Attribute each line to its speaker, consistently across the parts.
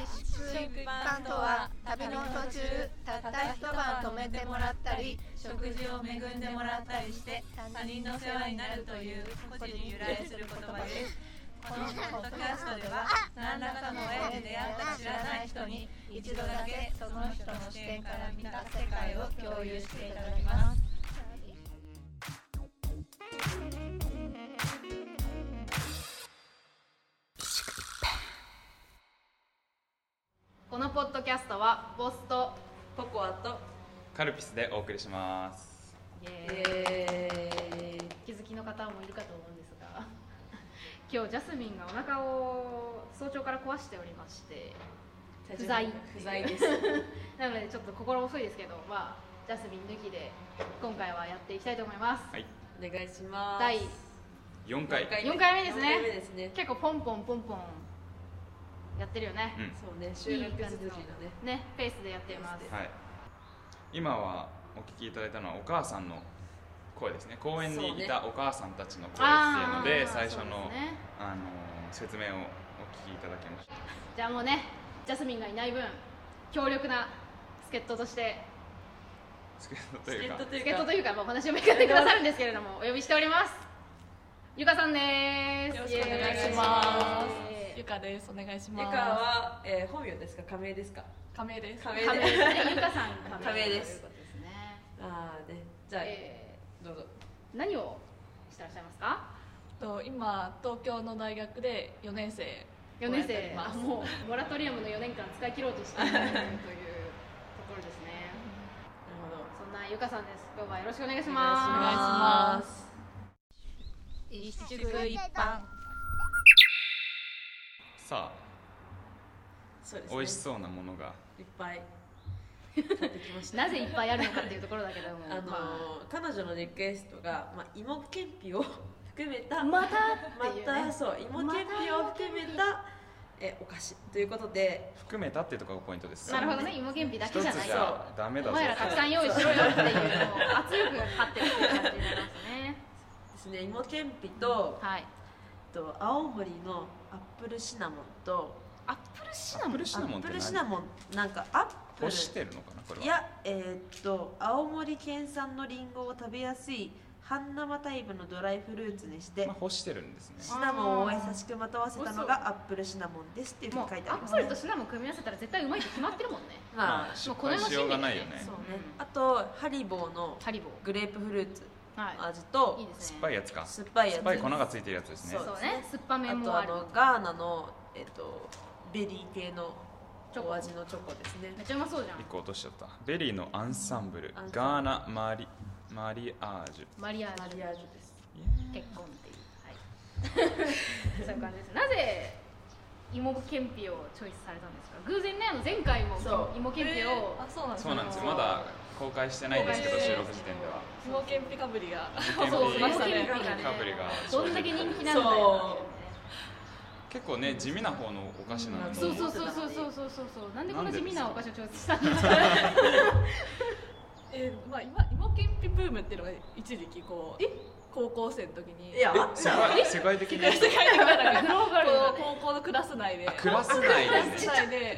Speaker 1: 行く一般とは旅の途中たった一晩泊めてもらったり食事を恵んでもらったりして他人の世話になるという個人に由来する言葉ですこのポッドキャストでは何らかの縁で出会った知らない人に一度だけその人の視点から見た世界を共有していただきます
Speaker 2: このポッドキャストはボスと
Speaker 1: ココアと
Speaker 3: カルピスでお送りします。
Speaker 2: イエーイ気づきの方もいるかと思うんですが 今日ジャスミンがお腹を早朝から壊しておりまして不在
Speaker 1: 不在です
Speaker 2: なのでちょっと心細いですけどまあジャスミン抜きで今回はやっていきたいと思います、
Speaker 3: はい、
Speaker 1: お願いします
Speaker 2: 第
Speaker 3: 四回。
Speaker 1: 四回
Speaker 2: 4回目です
Speaker 1: 四回目
Speaker 2: ね
Speaker 1: ですね
Speaker 2: 結構ポンポンポンポンやってるよね
Speaker 3: う、ん、
Speaker 1: そうね収
Speaker 2: いい
Speaker 1: 録
Speaker 2: 感
Speaker 1: 続
Speaker 2: じ
Speaker 1: きの
Speaker 2: の
Speaker 1: ね
Speaker 2: ねペースでやっています
Speaker 3: はい。今はお聞きいただいたのはお母さんの声ですね。公園にいたお母さんたちの声っていうので、
Speaker 2: あー
Speaker 3: 最初
Speaker 2: そうです
Speaker 3: の
Speaker 2: ね
Speaker 3: あのー説明をお聞きいただきました。
Speaker 2: じゃあもうねジャスミンがいない分強力な助っ人として
Speaker 3: 助っ人というか、
Speaker 1: 助っ人と
Speaker 2: 助っ人というかまあお話をめかってくださるんですけれども お呼びしておりますゆかさんです
Speaker 1: よろしくお願いし
Speaker 2: イエ
Speaker 4: ます。
Speaker 2: ー
Speaker 4: ゆ
Speaker 2: イ
Speaker 4: かです。お願いし
Speaker 1: ゆ
Speaker 4: ま
Speaker 1: か
Speaker 4: す。
Speaker 1: は、えー、本名ですか仮名ですか
Speaker 4: 亀井です。
Speaker 1: 仮
Speaker 2: 亀
Speaker 1: 名
Speaker 2: です
Speaker 1: で
Speaker 2: ねゆかさん
Speaker 1: 亀です
Speaker 2: ということですね
Speaker 1: ああねじゃあ、
Speaker 2: え
Speaker 1: どうぞ
Speaker 2: ー何をしてらっしゃいますか
Speaker 4: と今東京の大学で4年生
Speaker 2: 4
Speaker 4: をや
Speaker 2: 年
Speaker 4: っており
Speaker 2: 生
Speaker 4: ます。
Speaker 2: もうモラトリアムの4年間使い切ろうとしているというところですね
Speaker 1: なるほど
Speaker 2: そんなゆかさんです今日はよろしくお願いし
Speaker 4: お願いし
Speaker 2: ま
Speaker 4: ます。
Speaker 2: す一
Speaker 1: 祝一
Speaker 2: 般
Speaker 3: さ
Speaker 1: そうで
Speaker 3: あ、美味し
Speaker 1: すね
Speaker 3: そうなものが。
Speaker 1: いっぱい買ってきました
Speaker 2: なぜいっぱいあるのかっていうところだけども
Speaker 1: あのー彼女のリクエストが、まあ、芋けんぴを 含めた
Speaker 2: まあま
Speaker 1: ま
Speaker 2: たっていうね
Speaker 1: たそう芋けんぴを含めたえお菓子ということで
Speaker 3: 含めたってところがポイントです
Speaker 2: な
Speaker 3: か。
Speaker 2: るほどね芋けんぴだけじゃない
Speaker 3: 一つじゃダメだ
Speaker 2: お
Speaker 3: ぞ。
Speaker 2: 前らたくさん用意しろよっていうのを圧力がかかってるっていう感じになりますね
Speaker 1: ですね芋けんぴと,、
Speaker 2: はい
Speaker 1: と青森のアップルシナモンと
Speaker 2: アップルシ
Speaker 3: ア
Speaker 2: ナ
Speaker 3: ッ
Speaker 2: モ
Speaker 3: プ
Speaker 2: ン
Speaker 3: ルシナモ
Speaker 1: ア
Speaker 3: ン
Speaker 1: ッ
Speaker 3: って
Speaker 1: プルシナモ
Speaker 3: 何？
Speaker 1: ンなんかアップ
Speaker 3: 干し
Speaker 1: ル
Speaker 3: てるのかな、これは。
Speaker 1: いやえーっと青森県産のりんごを食べやすい半生タイプのドライフルーツにして
Speaker 3: まあ、干してるんですね。
Speaker 1: シナモンを優しくまとわせたのがアップルシナモンですっていうふう
Speaker 2: もう
Speaker 1: に書いてあ
Speaker 2: ア
Speaker 1: りま
Speaker 2: ッ
Speaker 1: す
Speaker 2: プ
Speaker 1: ね
Speaker 2: ルとシナモン組み合わせたら絶対うまいって決まってるもんね
Speaker 1: ま
Speaker 3: まあ、
Speaker 1: あ
Speaker 3: 失敗しようがないよね。
Speaker 1: そうね、
Speaker 2: うん
Speaker 1: あとハリボーの
Speaker 2: ハリボ
Speaker 1: グレープフルーツ
Speaker 2: ーは
Speaker 1: 味と
Speaker 2: いいいですね
Speaker 3: 酸っぱいやつか。
Speaker 1: 酸
Speaker 3: 酸
Speaker 1: っぱいやつ
Speaker 3: っぱい粉がついてるやつですね
Speaker 1: そ。う
Speaker 2: そうね酸っぱめ
Speaker 1: あ
Speaker 2: も
Speaker 1: と
Speaker 2: あ
Speaker 1: あ
Speaker 2: る
Speaker 1: のガーナの、えっとベリー系の
Speaker 2: チョコ
Speaker 1: お味のチョコですね
Speaker 2: めっちゃうまそうじゃん
Speaker 3: 一個落としちゃったベリーのアンサンブル
Speaker 1: アンサンブル
Speaker 3: ガーナマリマリアージュ
Speaker 2: マリアー
Speaker 1: マ
Speaker 2: ジュ
Speaker 1: リアージュです
Speaker 2: 結婚っていうはい そういう感じですなぜ芋けんぴをチョイスされたんですか偶然ねあの前回も
Speaker 1: そう
Speaker 2: 芋けんぴを
Speaker 4: あ、そうなんです
Speaker 3: そうなんですよ
Speaker 2: そう
Speaker 3: まだ公開してないんですけど
Speaker 4: 公開
Speaker 3: 収録時点では
Speaker 4: ひもけんぴかぶりが。
Speaker 2: そう、
Speaker 4: 芋けんぴ
Speaker 2: 芋けんぴがね
Speaker 3: かぶりが
Speaker 2: どんだけ人気なんだよ
Speaker 1: そ
Speaker 3: 結構ね地味な方のお菓子なのに
Speaker 2: そう
Speaker 1: う
Speaker 2: そうそうそうそうそうそうそうなんでこんな地味なお菓子を調達したんですか
Speaker 4: えー、まあ今芋けんぴブームっていうのが一時期こう高校生の時に。
Speaker 1: いやあっ
Speaker 3: 世界世界的に
Speaker 4: 世界的 な
Speaker 2: グローバルなね
Speaker 4: 高校のクラス内で。
Speaker 3: あクラス内で
Speaker 4: 室
Speaker 3: ね
Speaker 4: 内で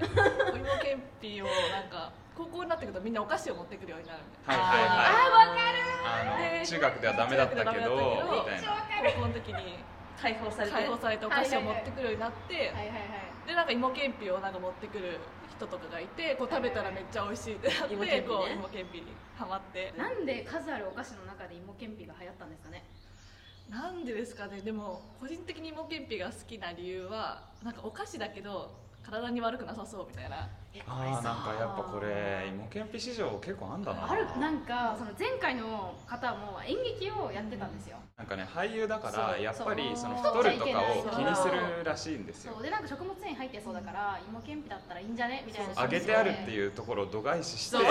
Speaker 4: 芋けんぴをなんか高校になってくるとみんなお菓子を持ってくるようになるみ
Speaker 3: はい
Speaker 2: あ
Speaker 3: は
Speaker 2: わかる
Speaker 3: いはいあの
Speaker 4: で
Speaker 3: 中学ではダメだったけどみ
Speaker 4: 中学ではダメだっ
Speaker 3: たい
Speaker 4: たけど
Speaker 2: めっちゃわ
Speaker 3: な
Speaker 2: か
Speaker 4: たいな高校の時に
Speaker 1: 解放されて
Speaker 4: 解放されてお菓子を持ってくるようになって
Speaker 2: るはいはいはい
Speaker 4: でなんか芋けんぴをなんか持ってくる人とかがいてこう食べたらめっちゃ美味しいってなって
Speaker 1: 芋けんぴね
Speaker 4: こう芋けんぴにハマって
Speaker 2: なんで数あるお菓子の中で芋けんぴが流行ったんですかね
Speaker 4: なんでですかねでも個人的に芋けんぴが好きな理由はなんかお菓子だけど体に悪くなさそうみたいな
Speaker 3: あーなんかやっぱこれ芋けんぴ市場結構あんだな
Speaker 2: あるなんかその前回の方も演劇をやってたんですよ、
Speaker 3: なんかね俳優だから
Speaker 1: そう
Speaker 3: やっぱりその
Speaker 2: そう
Speaker 3: 太ると
Speaker 2: 太
Speaker 3: かを
Speaker 2: っ
Speaker 3: 気
Speaker 2: ちゃいけない
Speaker 3: にするらしいんですよ
Speaker 2: そうでなんか食物繊維入ってそうだから、芋けんぴだったらいいんじゃねみたいな
Speaker 3: 揚げてあるって
Speaker 2: う
Speaker 3: いうところを度外視して
Speaker 1: そう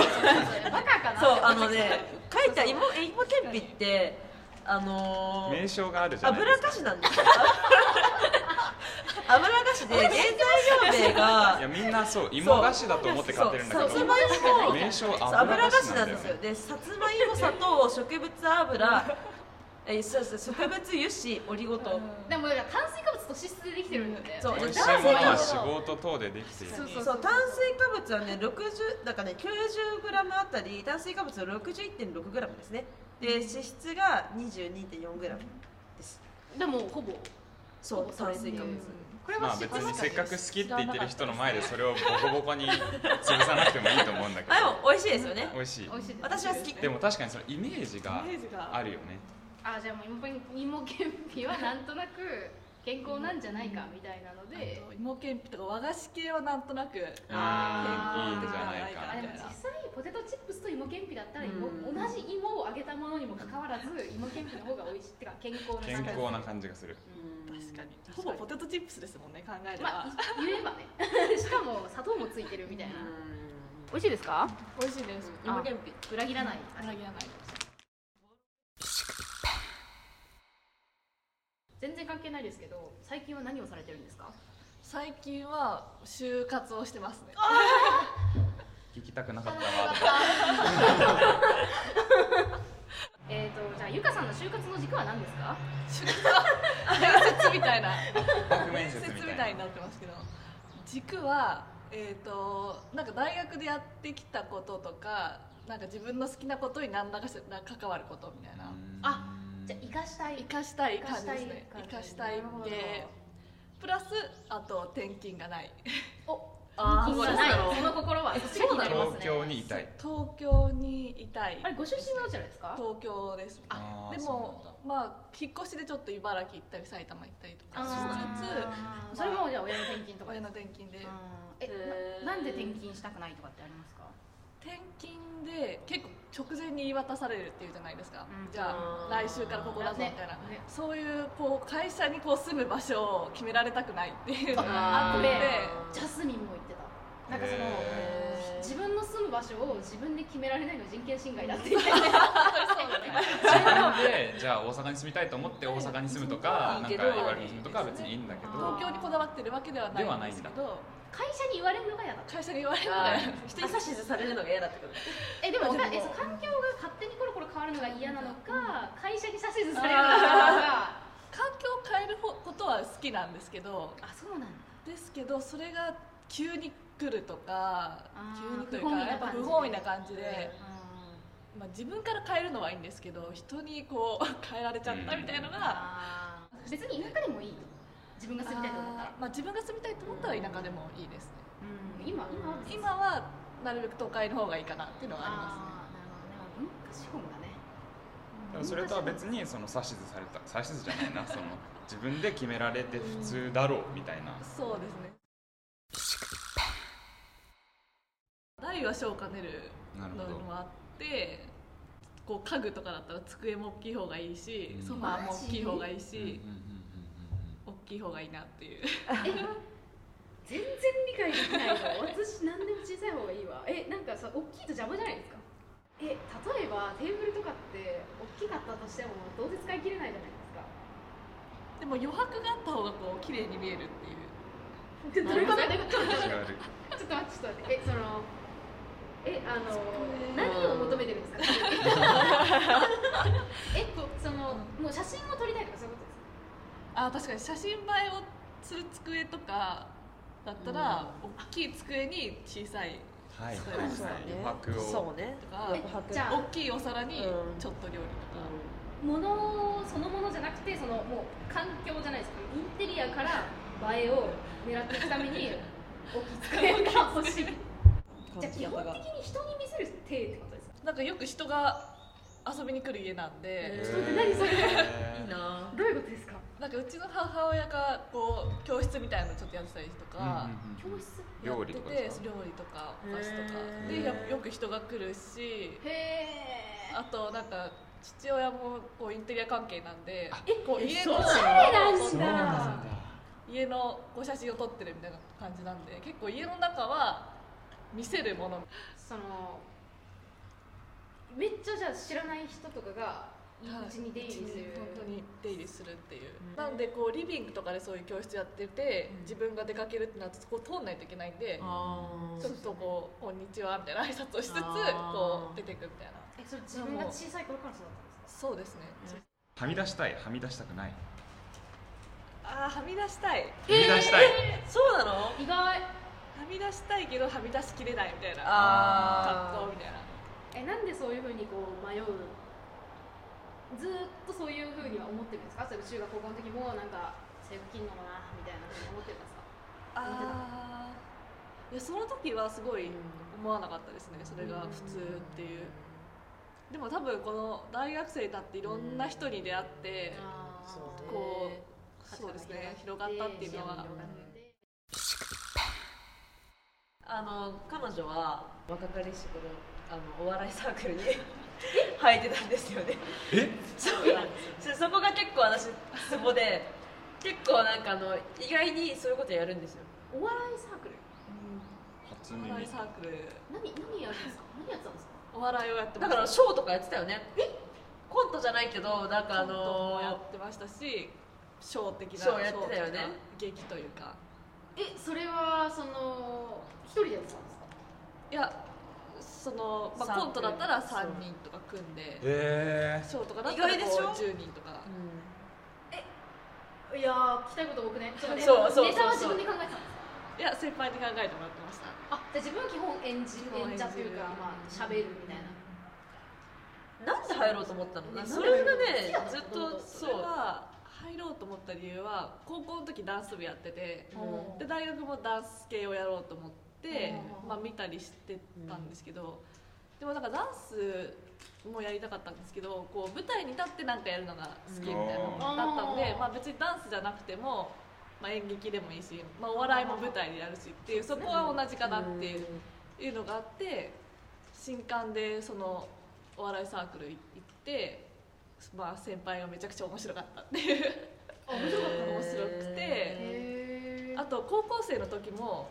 Speaker 2: バカかな
Speaker 1: そうあのね書いた芋え芋けんぴってあのー
Speaker 3: 名称があるじゃないで
Speaker 1: 油
Speaker 3: すか
Speaker 1: 菓子なんですよ油菓 子で原材料名が
Speaker 3: いやみんなそう芋菓子だと思って買ってるんだけ
Speaker 1: そうそ
Speaker 3: ど
Speaker 1: うさつまいも
Speaker 3: 名称
Speaker 1: そう
Speaker 3: 油
Speaker 1: 油
Speaker 3: 菓
Speaker 1: 菓
Speaker 3: 子
Speaker 1: 子
Speaker 3: な
Speaker 1: なんん
Speaker 3: だ
Speaker 1: で
Speaker 3: よ
Speaker 1: すよ
Speaker 3: ね
Speaker 1: でさつまいも砂糖植物油えそうそう植物油脂オリゴ糖
Speaker 2: でもだから炭水化物と脂質でできてるんだよね、
Speaker 4: そう
Speaker 3: 美味しいものは脂肪と糖でできている
Speaker 2: そうそう
Speaker 5: そう炭水化物はね60だからね 90g あたり炭水化物は 61.6g ですねで脂質が 22.4g です
Speaker 2: でもほぼ
Speaker 5: そう炭水化物、
Speaker 2: うんこれ
Speaker 3: ま
Speaker 2: は
Speaker 3: あ
Speaker 2: 脂
Speaker 3: 別
Speaker 2: 肪
Speaker 3: にせっかく好きって言ってる人の前でそれをボコボコに潰さなくてもいいと思うんだけど
Speaker 5: あでも美味しいですよね
Speaker 3: 美味しい
Speaker 2: 美味しいです
Speaker 5: 私は好き
Speaker 3: でも確かにそのイメージが
Speaker 4: イメージが
Speaker 3: あるよね
Speaker 2: あじゃあもう芋けん芋けんぴはなんとなく健康なんじゃないかみたいなので、
Speaker 4: あと芋けんぴとか和菓子系はなんとなく
Speaker 3: うん
Speaker 2: あー
Speaker 3: いいんじゃないか
Speaker 2: あでも
Speaker 3: みたいな
Speaker 2: 実際ポテトチップスと芋けんぴだったら芋、
Speaker 5: うん
Speaker 2: 同じ芋を揚げたものにもかかわらず芋けんぴの方が美味しいってか健康な
Speaker 3: 健康な感じがする
Speaker 4: 確かにほぼポテトチップスですもんね考えれば、
Speaker 2: まあい言えばね しかも砂糖もついてるみたいな美味しいですか
Speaker 4: 美味しいです
Speaker 2: あ
Speaker 5: 芋けんぴ
Speaker 2: 裏切らない
Speaker 4: 裏切らない
Speaker 2: 全然関係ないですけど最近は何をされてるんですか
Speaker 4: 最近は就活をしてますね
Speaker 3: 聞きたくなかったわとか
Speaker 2: えっ、とじゃあゆかさんの就活の軸は何ですか
Speaker 4: 就活は面接みたいな
Speaker 3: 学面
Speaker 4: 面
Speaker 3: 接
Speaker 4: 接
Speaker 3: み
Speaker 4: み
Speaker 3: た
Speaker 4: た
Speaker 3: いな
Speaker 4: いになってますけど軸はえっ、となんか大学でやってきたこととかなんか自分の好きなことに何らかしら関わることみたいな
Speaker 2: あじゃあ生かしたい
Speaker 4: 生かしたい感じですね
Speaker 2: 生
Speaker 4: 生
Speaker 2: か
Speaker 4: か
Speaker 2: し
Speaker 4: したた
Speaker 2: い
Speaker 4: い
Speaker 2: 感じ
Speaker 4: でプラスあと転勤がない
Speaker 2: お
Speaker 4: あ
Speaker 2: 気にしないその心はそっちになりますね
Speaker 3: 東京にいたい
Speaker 4: 東京にいたい
Speaker 2: あれご出身はどちらですか
Speaker 4: 東京ですね
Speaker 3: あー
Speaker 4: で
Speaker 3: そう
Speaker 4: もまあ引っ越しでちょっと茨城行ったり埼玉行ったりとかしつ
Speaker 2: あーそれもじゃあ親の転勤と
Speaker 4: つ
Speaker 2: か
Speaker 4: 親
Speaker 2: です
Speaker 4: の転勤で
Speaker 2: えななんで転勤したくないとかってありますか
Speaker 4: 転勤で結構直前に言い渡されるっていうじゃないですか、
Speaker 2: うん
Speaker 4: じゃあ来週からここだぞみたいな、
Speaker 2: ねね
Speaker 4: そういうこう会社にこう住む場所を決められたくないっていうの
Speaker 2: あ
Speaker 4: があ
Speaker 2: こ
Speaker 4: って
Speaker 2: れジャスミンも言ってたなんかその
Speaker 3: へ
Speaker 2: 自分の住む場所を自分で決められないの人権侵害だって言 って
Speaker 3: 自分でじゃあ大阪に住みたいと思って大阪に住むとかなんか
Speaker 5: いいけど
Speaker 3: 茨城に住むとかは別にいいんだけど
Speaker 4: 東京にこだわってるわけでは
Speaker 3: ではな
Speaker 4: な
Speaker 3: いい
Speaker 4: んで
Speaker 3: ん
Speaker 4: す
Speaker 3: だ
Speaker 4: けど
Speaker 2: 会社に言われるのが嫌だ
Speaker 4: 会社に言われ るの
Speaker 5: あ
Speaker 4: が
Speaker 5: ー人に指図されるのが嫌だってこと
Speaker 2: えでも
Speaker 4: でも
Speaker 2: えそう環境が勝手にコロコロ変わるのが嫌なのか会社に指図されるのが嫌なのか
Speaker 4: 環境を変えることは好きなんですけど
Speaker 2: あそうなんだ
Speaker 4: ですけどそれが急に来るとか
Speaker 2: あー
Speaker 4: 急にというか
Speaker 2: 不本意な感じで
Speaker 4: やっぱ不本意な感じで、まあ、自分から変えるのはいいんですけど人にこう 変えられちゃったみたいなのが、
Speaker 2: あー別に田舎でもいい自分が住みたいと思ったら
Speaker 4: あーまあ、自分が住みたいと思ったら田舎でもいいですね
Speaker 2: うん今今は別に
Speaker 4: 今はなるべく都会の方がいいかなっていうのはありま
Speaker 2: あーなるほどね文化資本が ね
Speaker 3: でもそれとは別にその指図された指図じゃないなその自分で決められて普通だろうみたいな
Speaker 4: すねそうですね大は小を兼ねる
Speaker 3: なるほ
Speaker 4: の
Speaker 3: ど
Speaker 4: もあってこう家具とかだったら机も大きい方がいいし
Speaker 3: うん
Speaker 4: ソファーも大きい方がいい
Speaker 3: うんうんうん
Speaker 4: し大きい方がいいなっていう
Speaker 2: 全然理解できないの私何でも小さい方がいいわえなんかさ大きいと邪魔じゃないですかえ例えばテーブルとかって大きかったとしてもどうせ使い切れないじゃないですか
Speaker 4: でも余白があった方がこう綺麗に見えるっていう
Speaker 2: ちょ どういうこと
Speaker 3: うんうん違う
Speaker 2: ちょっと待ってちょっと待ってえそのえあの
Speaker 4: 机
Speaker 2: 何を求めてるんですか えこそのもう写真を撮りたいとかそういうことですか
Speaker 4: あ確かに写真映えをする机とかだったら、大きい机に小さい
Speaker 3: はい
Speaker 4: そう
Speaker 3: はいはい
Speaker 4: そう
Speaker 3: 余白を
Speaker 5: そうね
Speaker 4: とか
Speaker 2: えじゃあ
Speaker 4: 大きいお皿
Speaker 5: う
Speaker 4: に
Speaker 5: ん
Speaker 4: ちょっと料理とか、
Speaker 2: 物そのものじゃなくてそのもう環境じゃないですかインテリアから映えを狙っていくため に大きい机が欲しいじゃあ基本的に人に見せる手ってことですか
Speaker 4: なんかよく人が遊びに来る家なんで、
Speaker 2: ちょっと待って何それ
Speaker 3: へー
Speaker 5: な
Speaker 2: どういうことですか
Speaker 4: なんかうちの母親がこう教室みたいのちょっとやってたりと
Speaker 3: うんうん
Speaker 4: か、
Speaker 2: 教室
Speaker 3: うん料
Speaker 4: やって
Speaker 3: 理
Speaker 4: て
Speaker 3: とかですか
Speaker 4: 料理とかお菓子とか
Speaker 3: へー
Speaker 4: でやっぱよく人が来るし
Speaker 2: へえ
Speaker 4: あとなんか父親もこうインテリア関係なんで
Speaker 3: あ
Speaker 4: こう家の
Speaker 2: おしゃれなん
Speaker 3: そう
Speaker 2: だ
Speaker 3: なんだ
Speaker 4: 家のこう写真を撮ってるみたいな感じなんで結構家の中は見せるもの
Speaker 2: そのめっちゃじゃあ知らない人とかが
Speaker 4: はいう
Speaker 2: ちに出入りする
Speaker 4: 本当に出入りするっていう、なんでこうリビングとかでそういう教室やってて、自分が出かけるってなるとそこを通んないといけないんで、ちょっとこう「こんにちは」みたいな挨拶をしつつ
Speaker 5: あー
Speaker 4: こう出てくみたいな
Speaker 2: えそれ自分が小さい頃からそうだったんですか
Speaker 4: そうですね、
Speaker 3: はみ出したいはみ出したくない
Speaker 4: あーはみ出したい
Speaker 3: 見出したい
Speaker 5: そうなの
Speaker 2: 意外
Speaker 4: はみ出したいけどはみ出しきれないみたいな
Speaker 5: あ
Speaker 4: 葛
Speaker 5: ー
Speaker 4: 藤みたいな
Speaker 2: えなんでそういうふうにこう迷うずーっとそういうふうには思ってるんですかそれ中学高校の時もなんか制服着んのかなみたいなふうに思ってますか
Speaker 4: あーいやその時はすごい思わなかったですねそれが普通っていうでも多分この大学生になっていろんな人に出会って
Speaker 2: あー
Speaker 5: そうね
Speaker 4: こうそうですね広がったっていうのは
Speaker 2: 視野も広がって
Speaker 5: あの彼女は若かりし頃あのお笑いサーク ルに入ってたんですよね
Speaker 3: え
Speaker 5: そうなんですそこが結構私ツボで結構なんかあの意外にそういうことやるんですよ
Speaker 2: お笑いサークル
Speaker 3: 初
Speaker 4: お
Speaker 3: 耳
Speaker 4: 笑いサークル
Speaker 2: 何何やるん ですか何やってたんですか
Speaker 4: お笑いをやってま
Speaker 5: だ
Speaker 4: し
Speaker 5: か
Speaker 4: た
Speaker 5: らショーとかやってたよねコントじゃないけどなんかあ
Speaker 4: コントもや
Speaker 5: の
Speaker 4: ってましたしショー的な
Speaker 5: ショーやってたよね
Speaker 4: ショー的な劇というか
Speaker 2: えそれはその一人でやってたんですか
Speaker 4: いやその、ま
Speaker 5: サー
Speaker 4: あ、
Speaker 5: クル
Speaker 4: コントだったら3人とか組んで
Speaker 3: へえ
Speaker 4: ショーとかだったら
Speaker 5: 意外でしょ
Speaker 4: こう10人とか
Speaker 2: いやー聞きたいこと多くねちょっとね
Speaker 5: そうそうそうそう
Speaker 2: ネタは自分で考えてたんですか
Speaker 4: いや先輩に考えてもらってました
Speaker 2: あじゃあ自分は基本演じ
Speaker 4: 基本
Speaker 2: 演
Speaker 4: 演じる
Speaker 2: 者というかまあ喋るみたいな
Speaker 5: なんで入ろうと思ったの
Speaker 2: ね
Speaker 5: それがね
Speaker 2: なんで
Speaker 5: ずっとそ
Speaker 4: そうれは入ろうと思った理由は高校の時ダンス部やってて
Speaker 5: うん
Speaker 4: で大学もダンス系をやろうと思って、
Speaker 2: うん
Speaker 4: まあ、見たりしてたんですけど、でもなんかダンスもやりたかったんですけどこう舞台に立ってなんかやるのが好きみたいなのがあったので、
Speaker 2: うん
Speaker 4: まあ、別にダンスじゃなくても、まあ、演劇でもいいし、まあ、お笑いも舞台でやるしっていうそこは同じかなっていういうのがあって新刊でそのお笑いサークル行って、まあ、先輩がめちゃくちゃ面白かったっていう
Speaker 2: あ面白かっ
Speaker 4: 面白く
Speaker 2: た
Speaker 4: て
Speaker 2: へ
Speaker 4: あと高校生の時も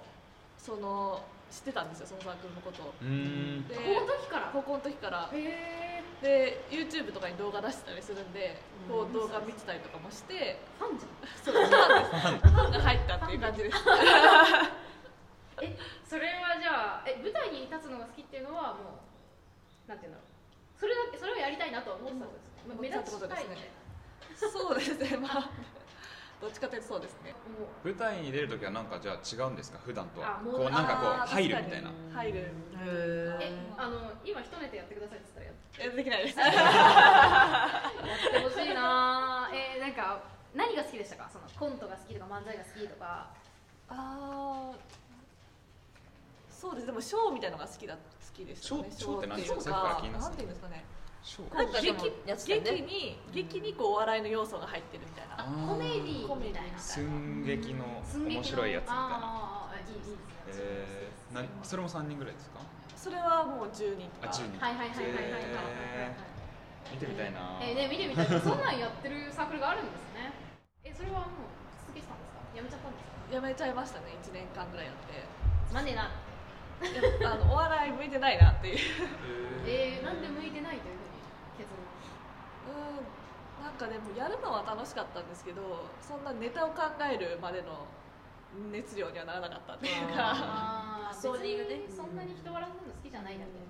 Speaker 4: その知ってたんですよそのサークルのことを
Speaker 3: うーん
Speaker 4: で
Speaker 2: この時から
Speaker 4: 高校の時から
Speaker 2: へえ
Speaker 4: で YouTube とかに動画出してたりするんでこ
Speaker 5: うん
Speaker 4: う動画見てたりとかもして
Speaker 2: ファンじゃん
Speaker 4: そうファンですファンが入ったっていう感じです
Speaker 2: えそれはじゃあえ舞台に立つのが好きっていうのはもうなんていうんだろうそれだけそれをやりたいなとは思ってたんですか、
Speaker 4: うん
Speaker 2: 目立ちたいみたいな
Speaker 4: 思ってたってことですね そうですねまあどっちかというとそうですね
Speaker 2: もう
Speaker 3: 舞台に出る時はなんかじゃあ違うんですか普段とは
Speaker 2: あもう
Speaker 3: こうなんかこ
Speaker 4: あー
Speaker 3: う入るみ
Speaker 4: 確
Speaker 3: た
Speaker 4: か
Speaker 3: い
Speaker 4: に
Speaker 3: な
Speaker 4: 入る
Speaker 5: へ
Speaker 2: え
Speaker 5: え
Speaker 2: あの今一ネタやってくださいって言ったらやっ
Speaker 4: えできないです
Speaker 2: てほしいなーえーなんか何が好きでしたかそのコントが好きとか漫才が好きとか
Speaker 4: ああそうですでもショーみたいなのが好きだ好きでした
Speaker 3: シ
Speaker 4: ね
Speaker 3: ョーショーって何
Speaker 4: ショー
Speaker 3: さっきから気になってた
Speaker 4: なんていうんですかね
Speaker 3: そう
Speaker 5: なんかその
Speaker 4: 劇
Speaker 5: やつだよね
Speaker 4: 劇に劇にこうお笑いの要素が入ってるみたいな
Speaker 3: あー
Speaker 2: コメディみたいな
Speaker 3: 寸劇の
Speaker 2: 寸劇の
Speaker 3: 面白いやつみたいな
Speaker 2: あーあーあーいいいいですね
Speaker 3: えー、なそれも3人ぐらいですか
Speaker 4: それはもう10人と
Speaker 3: あ
Speaker 4: か
Speaker 3: 10人
Speaker 2: はいはいはいはいはいはい
Speaker 3: え見てみたいな
Speaker 2: はいはいえーね見てみたいそんなんやってるサークルがあるんですね えそれはもう続けてたんですかやめちゃったんですか
Speaker 4: やめちゃいましたね1年間ぐらいやっ
Speaker 2: つまんねえな
Speaker 4: てでもあ のお笑い向いてないなっていう
Speaker 3: え
Speaker 2: えー、なんで向いてないというふうに結論
Speaker 4: うんなんかでもやるのは楽しかったんですけどそんなネタを考えるまでの熱量にはならなかったっていうか
Speaker 2: ああ
Speaker 5: そう理由がね
Speaker 2: 別にそんなに人笑うの好きじゃないなみたいな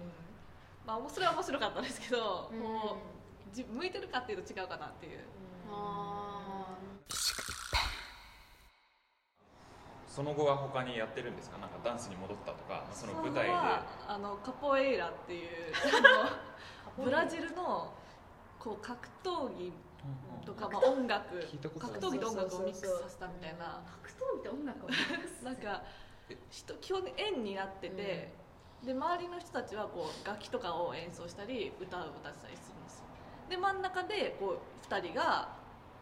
Speaker 4: まあ面白いは面白かったんですけど、
Speaker 2: うん
Speaker 4: こうじ向いてるかっていうと違うかなっていう
Speaker 2: あ
Speaker 3: その後は他にやってるんですかなんかダンスに戻ったとかその舞台で
Speaker 4: そのはあのカポエイラっていうあのブラジルのこう格闘技とか、まあ、音楽
Speaker 3: 聞いたことあ
Speaker 4: 格
Speaker 3: る
Speaker 4: 闘技と音楽をミックスさせたみたいな
Speaker 2: ー格闘技と音楽をミックス
Speaker 4: なんか
Speaker 3: え
Speaker 4: 人基本円になってて、で周りの人たちはこう楽器とかを演奏したり歌を歌ったりするんですよで真ん中でこう2人が、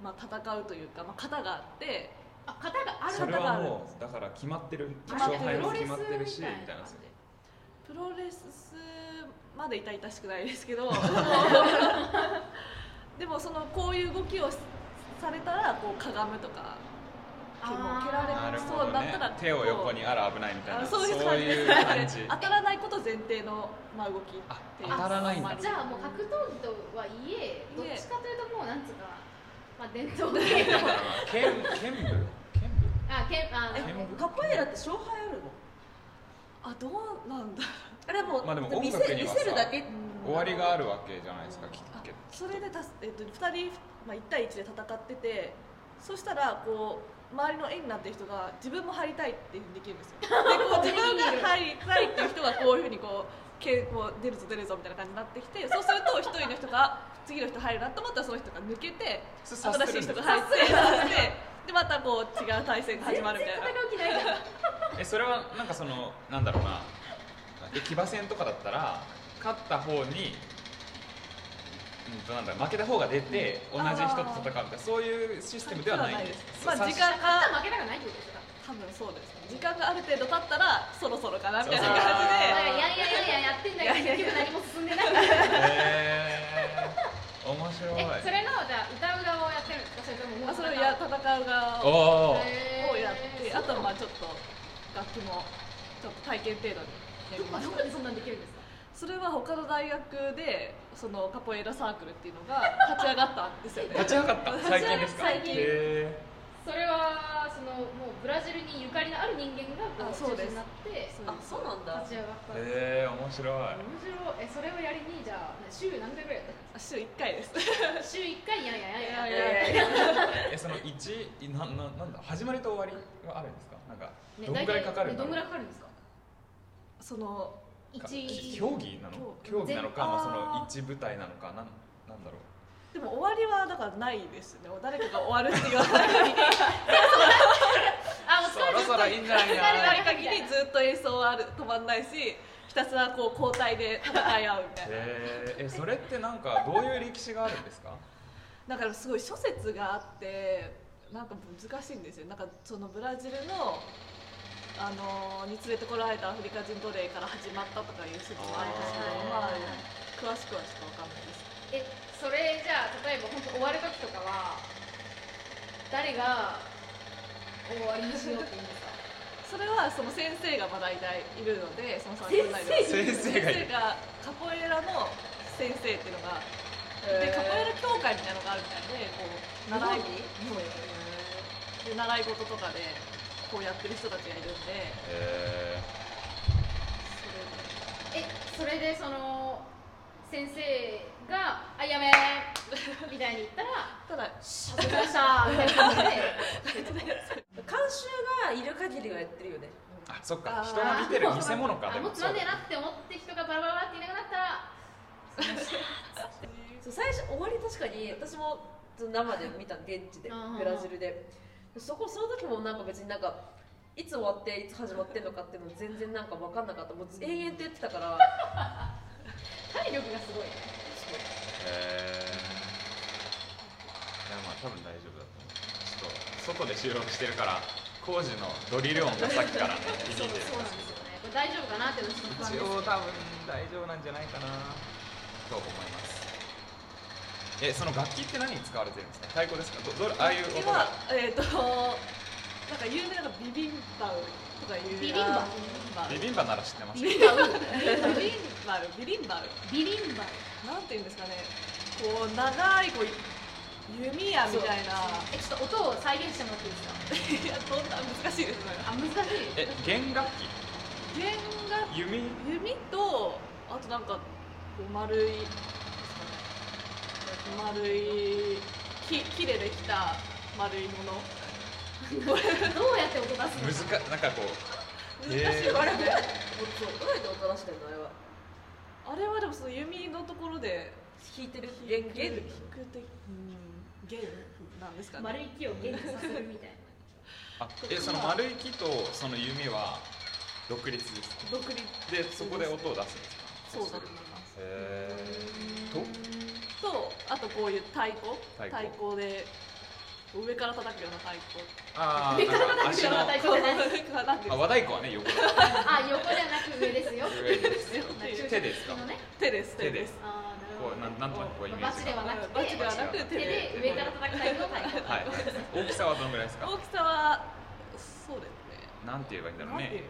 Speaker 4: まあ、戦うというか、まあ、型があって
Speaker 2: あ型がある
Speaker 3: それ
Speaker 4: 型が
Speaker 3: は
Speaker 4: ある
Speaker 3: もうだから決まってる
Speaker 2: あ
Speaker 3: 勝敗
Speaker 2: プロ
Speaker 3: も
Speaker 2: レスみ
Speaker 3: 決まってるした
Speaker 2: い
Speaker 3: みたい
Speaker 2: な感
Speaker 3: な
Speaker 2: じ
Speaker 4: プロレスまで痛々しくないですけ どでもそのこういう動きをされたらこうかがむとか結構蹴られ
Speaker 3: なる
Speaker 4: そ
Speaker 3: ほ
Speaker 4: う
Speaker 3: ど
Speaker 4: だった
Speaker 3: ね
Speaker 4: ら
Speaker 3: 手を横にあら危ないみたい
Speaker 4: あ
Speaker 3: な
Speaker 4: そういう
Speaker 3: そう
Speaker 4: 感じ
Speaker 3: いう感じ
Speaker 4: 当たらないこと前提の、まあ、動き
Speaker 3: あ当たらないんだ
Speaker 2: じゃあもう格闘技とはいえどっちかというともうなんつうかまあ伝統芸 能
Speaker 3: 剣剣舞剣舞
Speaker 2: あけんあ
Speaker 3: え
Speaker 5: カポエラって勝敗あるの
Speaker 4: あどうなんだ
Speaker 5: あれはもう、
Speaker 3: まあでも
Speaker 5: 見せ
Speaker 3: 音楽に
Speaker 5: 見
Speaker 3: はさ
Speaker 5: せるだけ
Speaker 3: 終わりがあるわけじゃないですかきっ
Speaker 4: あ
Speaker 3: け
Speaker 4: それでたす、えっと、2人、まあ、1対1で戦っててそしたらこう周りの絵になってる人が自分も入りたいっていうふうにできるんですよ でこう自分が入り たいっていう人がこういうふうにこうけこう出るぞ出るぞみたいな感じになってきてそうすると一人の人が次の人入るなと思ったらその人が抜けて
Speaker 3: それ
Speaker 4: 新しい人が入ってででまたこう違う対戦が始まるみたいな
Speaker 2: 戦う気ないじゃん
Speaker 3: えそれはなんかそのなんだろうな騎馬戦とかだったら勝った方に、うん、となんだろう負けた方が出て同じ人と戦うみたいなそういうシステムではないんです
Speaker 4: まあ
Speaker 3: さ
Speaker 4: 時間が
Speaker 2: 勝った負けたがないってことですか
Speaker 4: 多分そうですね時間がある程度経ったらそろそろかなみたいな
Speaker 3: そう
Speaker 4: 感
Speaker 3: そう
Speaker 2: だから
Speaker 4: じで
Speaker 2: やんやんやんやんやってんだけど結局何も進んでない
Speaker 3: へー面白い
Speaker 2: えそれのじゃあ歌う側をやってるんですかそれともも
Speaker 4: あそれをや
Speaker 2: っ
Speaker 4: 戦う側
Speaker 3: お
Speaker 4: を
Speaker 3: お
Speaker 4: やってあとはまあちょっと楽器もちょっと体験程度にやりまし
Speaker 2: ど
Speaker 4: た
Speaker 2: こでそんなんできるんですか
Speaker 4: それは他の大学でそのカポエラサークルっていうのが立ち上がったんですよね
Speaker 3: 立ち上がった最近ですか
Speaker 2: 最近
Speaker 3: へえ
Speaker 2: それはそのもうブラジルにゆかりのある人間がこう
Speaker 4: あそうで
Speaker 2: 中心
Speaker 4: す
Speaker 2: になって
Speaker 4: そう
Speaker 5: あそうなんだ
Speaker 2: 立ち上がった面
Speaker 3: へえ面白い
Speaker 2: 白いえそれをやりにじゃあ週何回ぐらいやった
Speaker 4: あ週1回です
Speaker 2: の週1回やんやんやんやんやん
Speaker 3: えその一なななんだ始まりと終わりはあるんですかなんか
Speaker 2: ね
Speaker 3: どんぐらいかか
Speaker 2: 大体ね
Speaker 3: るん
Speaker 2: どん
Speaker 3: だろ
Speaker 2: ぐ
Speaker 3: う
Speaker 2: らいかかるんですか
Speaker 4: その
Speaker 2: 一
Speaker 3: 競技なの競技なのか、
Speaker 4: 全
Speaker 3: まあ、そ
Speaker 4: あ
Speaker 3: の
Speaker 4: ー
Speaker 3: 一部隊なのかなんなんだろう
Speaker 4: でも終わりはだからないですね誰かが終わるって言わない
Speaker 2: あお
Speaker 3: そ
Speaker 2: 疲れ
Speaker 3: ろそろいいんじゃないか
Speaker 2: 疲れ
Speaker 3: な
Speaker 4: ない限りずっと演奏はある止まんないしひたすらこう交代で戦い合うみたいな
Speaker 3: えー、えそれってなんかどういう歴史があるんですか
Speaker 4: だからすごい諸説があってなんか難しいんですよなんかそのブラジルのあのに連れてこられたアフリカ人奴隷から始まったとかいう説もあるんですけど
Speaker 3: あ
Speaker 4: まあ詳しくはちょっとわかんないです
Speaker 2: えそれじゃあ例えば本当終わる時とかは誰が終わりにしようって言うんですか
Speaker 4: それはその先生がまあ大体いるのでその3人
Speaker 3: 生
Speaker 4: で
Speaker 3: 先生がいる
Speaker 4: 先生がカポエラの先生っていうのがでカポエラ協会みたいなのがあるみたいでこう習い日本よで習い事とかでこうやってる人たちがいるんで
Speaker 3: え
Speaker 2: えそれでその先生が「あやめ!」みたいに言った ら「
Speaker 4: ただ
Speaker 2: お疲れ様でした」みたいな感じで
Speaker 5: 監修がいる限りはやってるよね
Speaker 3: ー、あそっか
Speaker 4: あー
Speaker 3: 人 が見てる偽物か
Speaker 2: あ
Speaker 3: で
Speaker 2: も
Speaker 3: も
Speaker 2: っとなんで
Speaker 3: そう
Speaker 2: なって思って人がバラバラバラっていなくなったら
Speaker 6: そう最初終わり確かに私もその生で見た現地で
Speaker 2: うんうんうん
Speaker 6: ブラジルでそこその時もなんか別になんかいつ終わっていつ始まってんのかっていうの全然なんか分かんなかったもう延々とやってたから
Speaker 2: 体力がすごいね
Speaker 3: えー、いやまあ多分大丈夫だと思うちょっと外で収録してるから工事のドリル音がさっきからね響いてる
Speaker 2: そうなんですよねこれ大丈夫かなってのちょっと不安
Speaker 3: 一
Speaker 2: です
Speaker 3: 応多分大丈夫なんじゃないかなと思いますえその楽器って何に使われてるんですか太鼓ですかどどれああいう音
Speaker 4: は
Speaker 3: が
Speaker 4: えっ、となんか有名なのがビビンバウとかいう
Speaker 2: ビビンバウ
Speaker 4: あ
Speaker 3: ビビンバなら知ってます
Speaker 4: ビビンバウビビンバウビ
Speaker 2: ビビ
Speaker 4: ビンバウ
Speaker 2: ンバ
Speaker 4: なんていうんですかねこう長いこう弓矢みたいな
Speaker 2: えちょっと音を再現してもらっていいですか
Speaker 4: いやそんな難しいですね
Speaker 2: あ難しい
Speaker 3: え弦楽器
Speaker 4: 弦が
Speaker 3: 弓
Speaker 4: 弓とあとなんかこう丸いですかね丸い木木でできた丸いもの
Speaker 2: どうやって音出すの
Speaker 3: 難しなんかこう
Speaker 4: 難しい
Speaker 3: えー
Speaker 6: あれどうやってどうやって音出してんのあれは
Speaker 4: あれはでもその弓のところで
Speaker 6: 弾いてる弦弦
Speaker 4: 弾く的うん弦なんですかね
Speaker 2: 丸い木を現実させるみたいな
Speaker 3: あえその丸い木とその弓は独立です
Speaker 4: 独立
Speaker 3: でそこで音を出すんですか
Speaker 4: そうだと思います
Speaker 3: へえと
Speaker 4: とあとこういう太鼓
Speaker 3: 太鼓
Speaker 4: でこう上から叩くような太鼓
Speaker 3: ああなんか足のあ
Speaker 2: 太鼓じゃない
Speaker 4: これは何ですか
Speaker 3: 和太鼓はね横
Speaker 2: あ横じゃなく上ですよ
Speaker 3: 上です 手ですか
Speaker 2: のね
Speaker 4: 手です
Speaker 3: 手です
Speaker 2: あーなるほど
Speaker 3: こうなんなんとなくこうイメ
Speaker 2: バ
Speaker 3: ージ
Speaker 2: チで
Speaker 3: が
Speaker 2: はなく
Speaker 4: バチで
Speaker 2: て
Speaker 4: はなく手
Speaker 2: 手
Speaker 4: で
Speaker 2: で上から叩くタイプの太鼓
Speaker 3: はい大きさはどのぐらいですか
Speaker 4: 大きさはそうですね
Speaker 3: なんて言えばいいんだろう
Speaker 4: なんて
Speaker 3: ね
Speaker 4: いう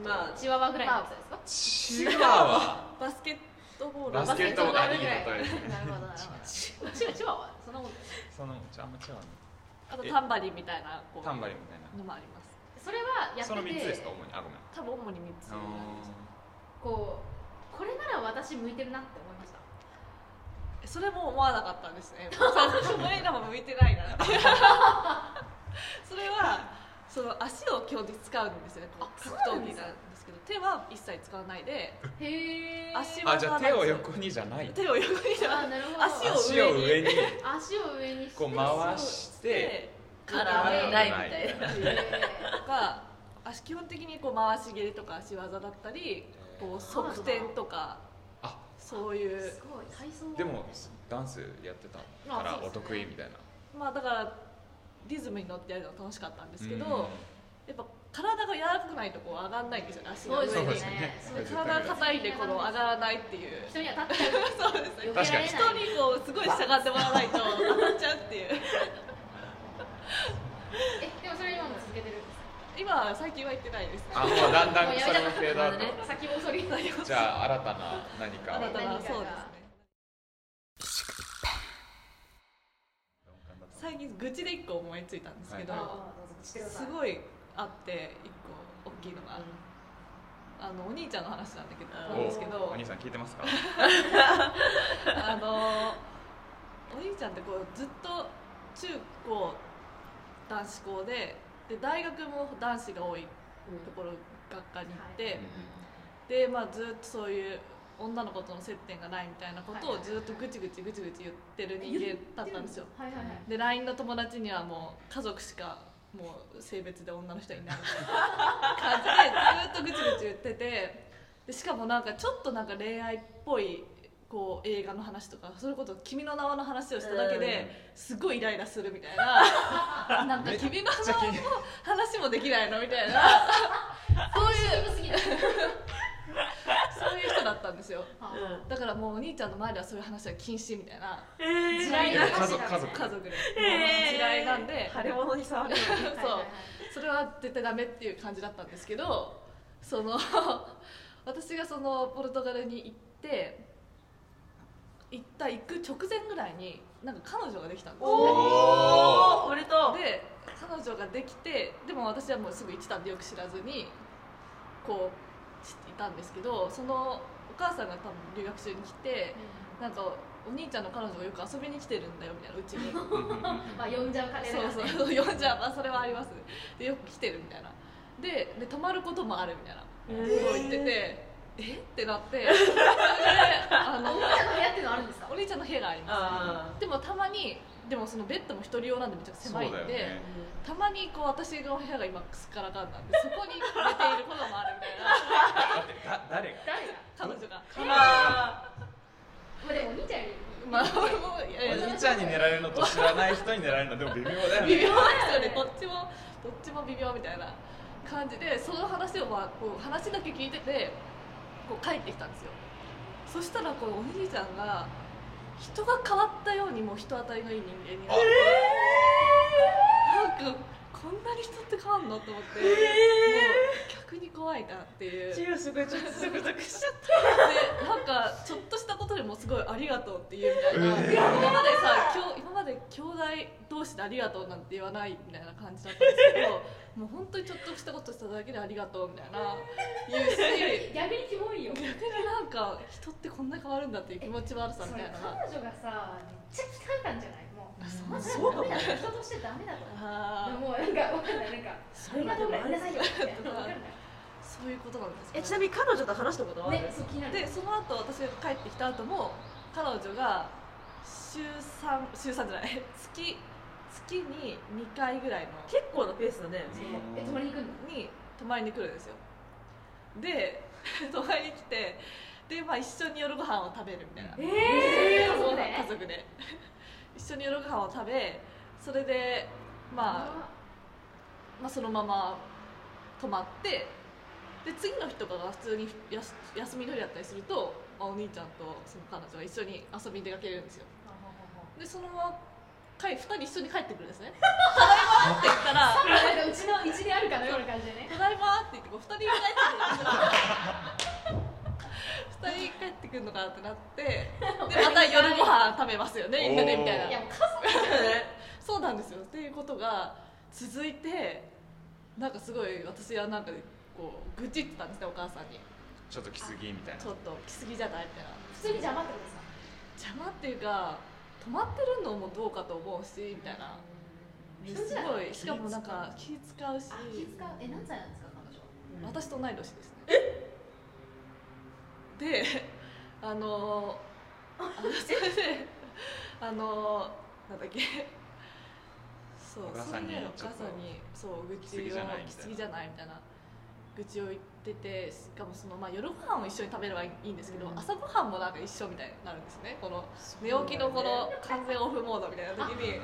Speaker 3: うん
Speaker 6: まあ
Speaker 2: チワワぐらいの大きさですか
Speaker 3: チワワ
Speaker 4: バスケットボール
Speaker 3: バスケットボールあいい例えですね
Speaker 2: なるほどなるほどチワチワワそんなもんです
Speaker 3: そのじゃあんま違うね
Speaker 4: あとタンバリンみたいなこう
Speaker 3: タンバリンみたいな
Speaker 4: のもあります
Speaker 2: それはや
Speaker 3: その
Speaker 2: って
Speaker 3: 三つです
Speaker 2: て
Speaker 3: か主にあごめん
Speaker 4: 多分主に3つ
Speaker 3: あ
Speaker 2: こうこれなら私向いてるなって思いました
Speaker 4: えそれも思わなかったんです ねその映画も向いてないなって それはその足を基本的に使うんですよねこう格闘技なんですけど手は一切使わないで
Speaker 2: へえ
Speaker 4: 足は
Speaker 3: あじゃあ手を横にじゃない
Speaker 4: 手を横にじゃ
Speaker 2: あ
Speaker 4: ない
Speaker 2: なるほど
Speaker 4: 足を
Speaker 3: 足を上に
Speaker 2: 足を上にして
Speaker 3: こう回して
Speaker 6: カ
Speaker 4: 体
Speaker 6: ラ
Speaker 4: を
Speaker 6: ーないみたいな
Speaker 2: そうへ
Speaker 4: とか足基本的にこう回し蹴りとか足技だったりこう側転とか
Speaker 3: あ
Speaker 4: そうい
Speaker 2: ー
Speaker 4: う
Speaker 2: すごい体操
Speaker 3: でもダンスやってたか
Speaker 2: あ
Speaker 3: ら
Speaker 2: そう
Speaker 3: お
Speaker 2: ですね
Speaker 3: 得意みたいな
Speaker 4: まあだからリズムに乗ってやるのは楽しかったんですけど、
Speaker 3: うん
Speaker 4: やっぱ体が柔らかくないとこう上がらないんですよね足
Speaker 2: そ
Speaker 4: が
Speaker 2: うです
Speaker 4: 上
Speaker 2: よ
Speaker 4: に
Speaker 3: ですよ
Speaker 2: ね
Speaker 3: ね
Speaker 2: そうですよね
Speaker 4: 体が硬いんでこの上がらないっていう
Speaker 2: 人には立ってる
Speaker 4: そうです
Speaker 2: 避け
Speaker 4: ね
Speaker 2: られない
Speaker 3: 確
Speaker 4: 人にこうすごい下がってもらわないと当たっちゃうっていう
Speaker 2: えでもそれ今も続けてるんです
Speaker 4: 今は最近は行ってないです
Speaker 3: あもうだんだんそれもフェードアウト
Speaker 2: か先細りになります
Speaker 3: じゃあ新たな何か
Speaker 4: 新たな
Speaker 2: 何かが
Speaker 4: そうですね最近愚痴で一個思いついたんですけ
Speaker 3: は
Speaker 4: ど、
Speaker 3: い
Speaker 2: あーどうぞしてくださ
Speaker 4: す
Speaker 2: い
Speaker 4: ごいあって一個大きいのが、あのお兄ちゃんの話なんだけどなんですけど
Speaker 3: お兄さん聞いてますか
Speaker 4: あのお兄ちゃんってこうずっと中高男子校でで大学も男子が多いところ学科に行って、で、まあ、ずっとそういう女の子との接点がないみたいなことをずっとぐちぐちぐちぐち言ってる人間だったんですよ
Speaker 2: はいはいはい
Speaker 4: で LINE の友達にはもう家族しかもう性別で女の人いないみたいな感じでずっとぐちぐち言っててでしかもなんかちょっとなんか恋愛っぽいこう映画の話とかそれこそ「君の名は」の話をしただけですごいイライラするみたいな なんか「君の名
Speaker 3: めっちゃ気
Speaker 4: は」
Speaker 3: に
Speaker 4: の話もできないのみたいな
Speaker 2: そういうすぎる
Speaker 4: そういう人だったんですよ
Speaker 2: は
Speaker 4: だからもうお兄ちゃんの前ではそういう話は禁止みたいな
Speaker 2: あ地
Speaker 5: え
Speaker 2: 雷
Speaker 3: 家族家族
Speaker 4: 家族で、
Speaker 5: えー
Speaker 4: 地雷なんで、
Speaker 5: 腫れ物に触るよ
Speaker 2: はいはいはい
Speaker 4: それは絶対ダメっていう感じだったんですけどその 私がそのポルトガルに行って行った行く直前ぐらいになんか彼女ができたんです
Speaker 5: お
Speaker 4: よ
Speaker 5: おおめでとう
Speaker 4: で彼女ができてでも私はもうすぐ行ってたんでよく知らずにこう知っていたんですけどそのお母さんが多分留学中に来てなんかお兄ちゃんの彼女がよく遊びに来てるんだよみたいなうちに。
Speaker 2: まあ呼んじゃう彼らが
Speaker 4: そうそう読んじゃうまあそれはありますでよく来てるみたいなでで泊まることもあるみたいなことを言っててえってなってそれであ
Speaker 2: お
Speaker 4: の
Speaker 2: もちゃの部屋っていうのあるんですか
Speaker 4: お兄ちゃんの部屋がありま
Speaker 5: あ
Speaker 4: すでもたまにでもそのベッドも一人用なんでめちゃくちゃ
Speaker 3: そう
Speaker 4: 狭
Speaker 3: だ
Speaker 4: いんで、
Speaker 3: よね
Speaker 4: たまにこう私の部屋が今すっからかんなんでそこに寝ていることもあるみたいな
Speaker 3: だってだ誰が
Speaker 2: 誰が
Speaker 4: 彼女が
Speaker 5: あ
Speaker 2: まあでもお兄ちゃんより
Speaker 4: まあもういやいや
Speaker 3: お兄ちゃんに狙られるのと知らない人に狙られるのでも微妙だよ
Speaker 4: 微
Speaker 3: ね
Speaker 4: 妙ですよねどっちもどっちも微妙みたいな感じでその話をまあこう話だけ聞いててこう帰ってきたんですよそしたらこうお兄ちゃんが人が変わったようにもう人当たりのいい人間になって、なんかこんなに人って変わんのと思って、もう逆に怖いなっていう
Speaker 5: ー
Speaker 4: で
Speaker 5: 違うすごいちょっとゾクゾクしちゃっ
Speaker 4: なんかちょっとしたことでもすごいありがとうって言うみたいな、
Speaker 3: え
Speaker 4: 今までさきょ今まで兄弟同士でありがとうなんて言わないみたいな感じだったんですけどもう本当にちょっとしたことしただけでありがとうみたいな言うし
Speaker 2: 逆にキモいよ
Speaker 4: 逆になんか人ってこんな変わるんだっていう気持ち悪さ
Speaker 2: そ
Speaker 4: み
Speaker 2: れ
Speaker 4: たいなのが
Speaker 2: 彼女がさめっちゃ聞かれたんじゃないもうそんな
Speaker 5: そうかも
Speaker 2: ダメだ人としてダメだと
Speaker 4: あー
Speaker 2: もうなんかわかんないなんかありがとうございなさいよって
Speaker 4: とか
Speaker 2: わかんない
Speaker 4: そういうことなんで
Speaker 5: えち
Speaker 4: す
Speaker 5: なみ
Speaker 4: み
Speaker 5: に彼女と話したことはある
Speaker 2: ねそう気になる
Speaker 4: でその後私が帰ってきた後も彼女が週3週3じゃない月月に2回ぐらいの
Speaker 5: 結構なペースだね
Speaker 2: え泊まりに行くの
Speaker 4: に泊まりに来るんですよで 泊まりに来てで、まあ、一緒に夜ご飯を食べるみたいな、
Speaker 2: ええ
Speaker 4: 家
Speaker 2: そう
Speaker 4: 族
Speaker 2: ね
Speaker 4: 家族で 一緒に夜ご飯を食べそれで、まあ、まあそのまま泊まってで次の日とかが普通にやす休みの日だったりすると、まあお兄ちゃんとその彼女が一緒に遊びに出かけるんですよでそのまま帰2人一緒に帰ってくるんですね ただいまって言ったら
Speaker 2: なんかうちのうちにあるかのような感じでね
Speaker 4: ただいまって言ってこう2人帰ってくる二人帰ってくるのかなってな ってでまた夜ご飯食べますよねみんなでみたい
Speaker 2: いや
Speaker 4: な
Speaker 2: もう家族
Speaker 4: そうなんですよっていうことが続いてなんかすごい私はなんかこう愚痴ってたんですねお母さんに
Speaker 3: ちょっと来すぎみたいな
Speaker 4: ちょっと来すぎじゃないみたいな
Speaker 2: 普通に邪魔ってことですか
Speaker 4: 邪魔っていうか止まってるのもどうかと思うしみたいな
Speaker 2: うん
Speaker 4: すごいしかもなんか気使うし
Speaker 2: あ気使うえ何歳なんですか彼女は
Speaker 4: 私と同い年ですねであのあそれで あのなんだっけそう
Speaker 3: お母
Speaker 4: そ
Speaker 3: さ
Speaker 4: れ
Speaker 3: んに
Speaker 4: でお
Speaker 3: ちょ
Speaker 4: 母
Speaker 3: っと
Speaker 4: さんにそう愚痴を
Speaker 3: 来すぎじゃない
Speaker 4: 来すぎじゃないみたいな愚痴を言っててしかもその、まあ、夜ご飯を一緒に食べればいいんですけど、
Speaker 6: うん
Speaker 4: 朝ご飯もなんか一緒みたいになるんですねこの寝起きのこの完全オフモードみたいな時に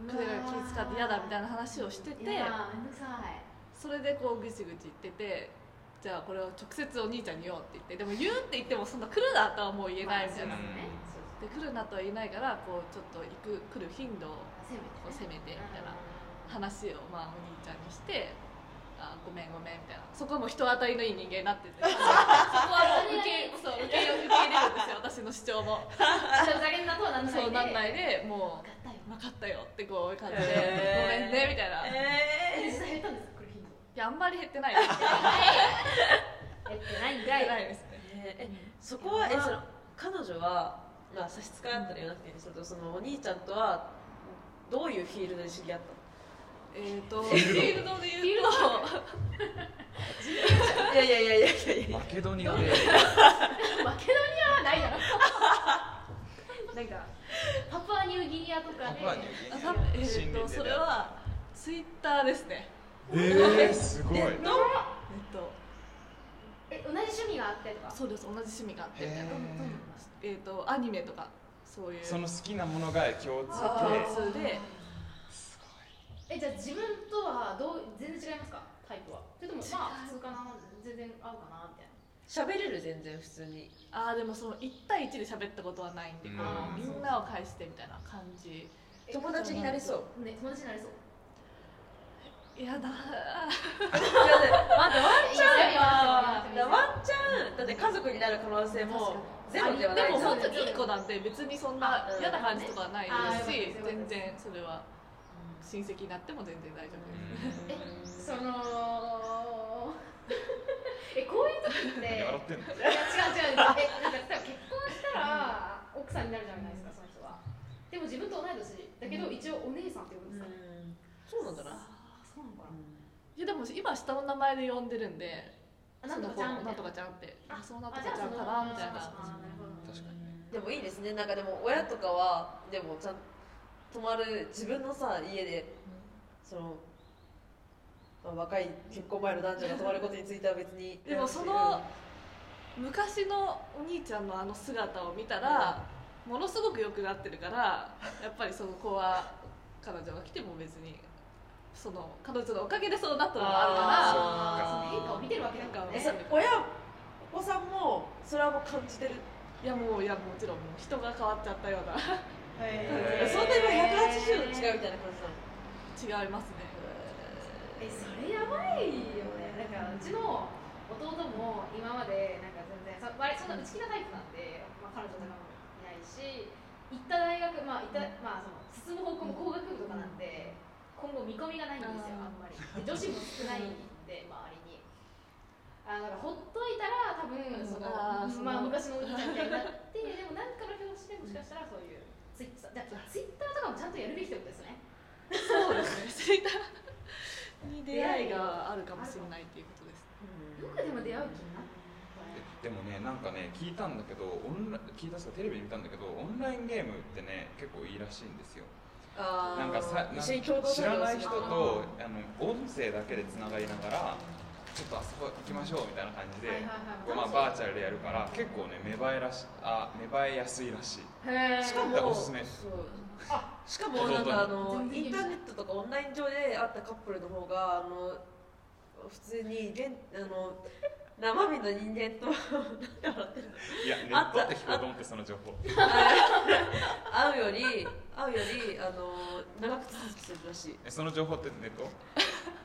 Speaker 4: 胸が気使って嫌だみたいな話をしてて
Speaker 2: いやーめんどくさい
Speaker 4: それでこうぐちぐち言っててじゃあこれを直接お兄ちゃんに言おうって言ってでも言うって言ってもそんな来るなとはもう言えないみたい
Speaker 2: ま
Speaker 4: な、
Speaker 2: あそうですね
Speaker 4: で来るなとは言えないからこうちょっと行く来る頻度を
Speaker 2: そうそうせ
Speaker 4: 攻めて
Speaker 2: め
Speaker 4: み
Speaker 2: てね
Speaker 4: たいな話をまあお兄ちゃんにして。あごめんごめんみたいなそこはもう人当たりのいい人間にな っててそこはもう受けそう受け受け入れるんですよ私の主張も
Speaker 2: あふざけんなとはなんないで
Speaker 4: そうなんない
Speaker 2: で
Speaker 4: でも
Speaker 2: 分かったよ
Speaker 4: う分かったよってこういう感じで、
Speaker 5: えー
Speaker 4: ごめんねみたいな、い
Speaker 2: え実
Speaker 5: え
Speaker 2: 際言ったんですかこれヒント
Speaker 4: やあんまり減ってないです減っ
Speaker 2: やってないんか
Speaker 4: て
Speaker 2: い
Speaker 4: ないですね
Speaker 5: ええそこはえその彼女は、まあ、差し支えあったら言わなくていいんですけどそのお兄ちゃんとはどういうフィールドで知り合ったの
Speaker 4: えー、 とフィールドで言うと
Speaker 5: いやいやいやいやいやい
Speaker 3: マ
Speaker 5: や
Speaker 3: ケドニアで
Speaker 2: マケドニアはないだろなんかパプアニューギニアとかで
Speaker 3: パプアニュ
Speaker 4: あ
Speaker 3: ー
Speaker 4: たえー、とそれはツイッターですね
Speaker 3: ギニアえー、すごい
Speaker 5: えっと
Speaker 4: えっと
Speaker 2: え同じ趣味があってとか
Speaker 4: そうです同じ趣味があってみたいな
Speaker 3: へ
Speaker 4: えっとアニメとかそういう
Speaker 3: そ
Speaker 4: 共
Speaker 3: の好きなものが共通
Speaker 2: あー
Speaker 3: で
Speaker 4: 通で
Speaker 2: えじゃあ自分とはどう全然違いますかタイプはそれともまあ普通かな全然合うかなみたいな
Speaker 6: 喋れる全然普通に
Speaker 4: ああでもその1対1で喋ったことはないんで、
Speaker 3: うん
Speaker 4: こうみんなを介してみたいな感じ
Speaker 2: え
Speaker 6: 友達になれそう
Speaker 2: ね友達になれそう
Speaker 4: いや
Speaker 5: い
Speaker 4: だ
Speaker 5: やねまだ
Speaker 2: ワンちゃ
Speaker 5: だワンチャンだって家族になる可能性もゼロではない
Speaker 4: でも
Speaker 5: じゃん
Speaker 4: 本当にいい子なんて別にそんな嫌な感じとかはないです
Speaker 2: あーよ
Speaker 4: し
Speaker 2: かったです
Speaker 4: 全然それは親戚になっても全然大丈夫で
Speaker 2: え
Speaker 4: す
Speaker 2: そのえこういう時っていや違う
Speaker 3: 笑ってん
Speaker 2: 違
Speaker 3: の
Speaker 2: うえなんか例えば結婚したら奥さんになるじゃないですかその人はでも自分と同い年だけど一応お姉さんって呼ぶんですかね
Speaker 6: そうなんだな
Speaker 2: そうなのか
Speaker 4: いやでも今下の名前で呼んでるんで
Speaker 2: なあなんとかちゃんみ
Speaker 4: な
Speaker 2: た
Speaker 4: ん
Speaker 2: いな
Speaker 4: とかちゃんって
Speaker 2: あ
Speaker 4: そうなんと
Speaker 2: あ
Speaker 4: か
Speaker 2: じ
Speaker 4: ち
Speaker 2: ゃあ
Speaker 4: ゃん
Speaker 2: そ
Speaker 4: か
Speaker 2: の
Speaker 4: なみたいな
Speaker 2: あなるほど
Speaker 3: 確かにね
Speaker 6: でもいいですねなんかでも親とかはでもちゃんと泊まる自分のさ家でその、まあ、若い結婚前の男女が泊まることについては別 に
Speaker 4: でもその昔のお兄ちゃんのあの姿を見たらものすごく良くなってるからやっぱりその子は彼女が来ても別にその彼女のおかげでそうなったのもあ
Speaker 2: その変化を見てるわけだ
Speaker 4: る
Speaker 2: か
Speaker 4: から
Speaker 2: ね
Speaker 4: らね
Speaker 6: そ
Speaker 4: なんか
Speaker 6: 親お子さんもそれはもう感じてる、
Speaker 4: いやもういやもちろんもう人が変わっちゃったような
Speaker 5: えー
Speaker 6: そんな今180度違うみたいな感じなの
Speaker 4: 違いますね
Speaker 2: えそれやばいよねなんかうちの弟も今までなんか全然そ割そんな内気なタイプなんで、まあ、彼女とかもいないし行った大学まあ行った、まあ、その進む方向も工学部とかなんで今後見込みがないんですよあ
Speaker 4: あー
Speaker 2: んまりで女子も少ないん で周りにあーだからほっといたら多分
Speaker 4: うん
Speaker 2: その,、
Speaker 4: あーその
Speaker 2: まあ、昔のお兄ちゃんみたいになってでも何かの表紙でもしかしたらそういうツイッターだからツイッターとかもちゃんとやるべきってことですね
Speaker 4: そうですねに出会いがあるかもしれないっていうことです
Speaker 2: よくでも出会う気になったね
Speaker 3: でもねなんかね聞いたんだけどオンラ聞いたっすかテレビで見たんだけどオンラインゲームってね結構いいらしいんですよ
Speaker 6: あー
Speaker 3: なんかさなん
Speaker 6: 一緒に共同
Speaker 3: 知
Speaker 6: 作業
Speaker 3: らない
Speaker 6: す
Speaker 3: 人
Speaker 6: る
Speaker 3: とあの音声だけでつながりながらちょっとあそこ行きましょうみたいな感じで、
Speaker 2: はいはいはい
Speaker 3: まあ、バーチャルでやるから結構ね芽生えらしあ芽生えやすいらしい
Speaker 2: へ
Speaker 6: し
Speaker 2: ー
Speaker 6: か
Speaker 3: だから
Speaker 6: も
Speaker 3: おすすめ
Speaker 6: そうしかも
Speaker 3: 弟に
Speaker 6: なんかあの
Speaker 2: 全
Speaker 6: イ
Speaker 2: 然いい
Speaker 6: ンタ
Speaker 2: じゃん
Speaker 6: ーネットとかオンライン上で会ったカップルの方があの普通に現あの生身の人間と
Speaker 3: いやネットって聞こうと思ってその情報
Speaker 6: 会うより会うよりあの長く続きするらしいい
Speaker 3: えその情報ってネット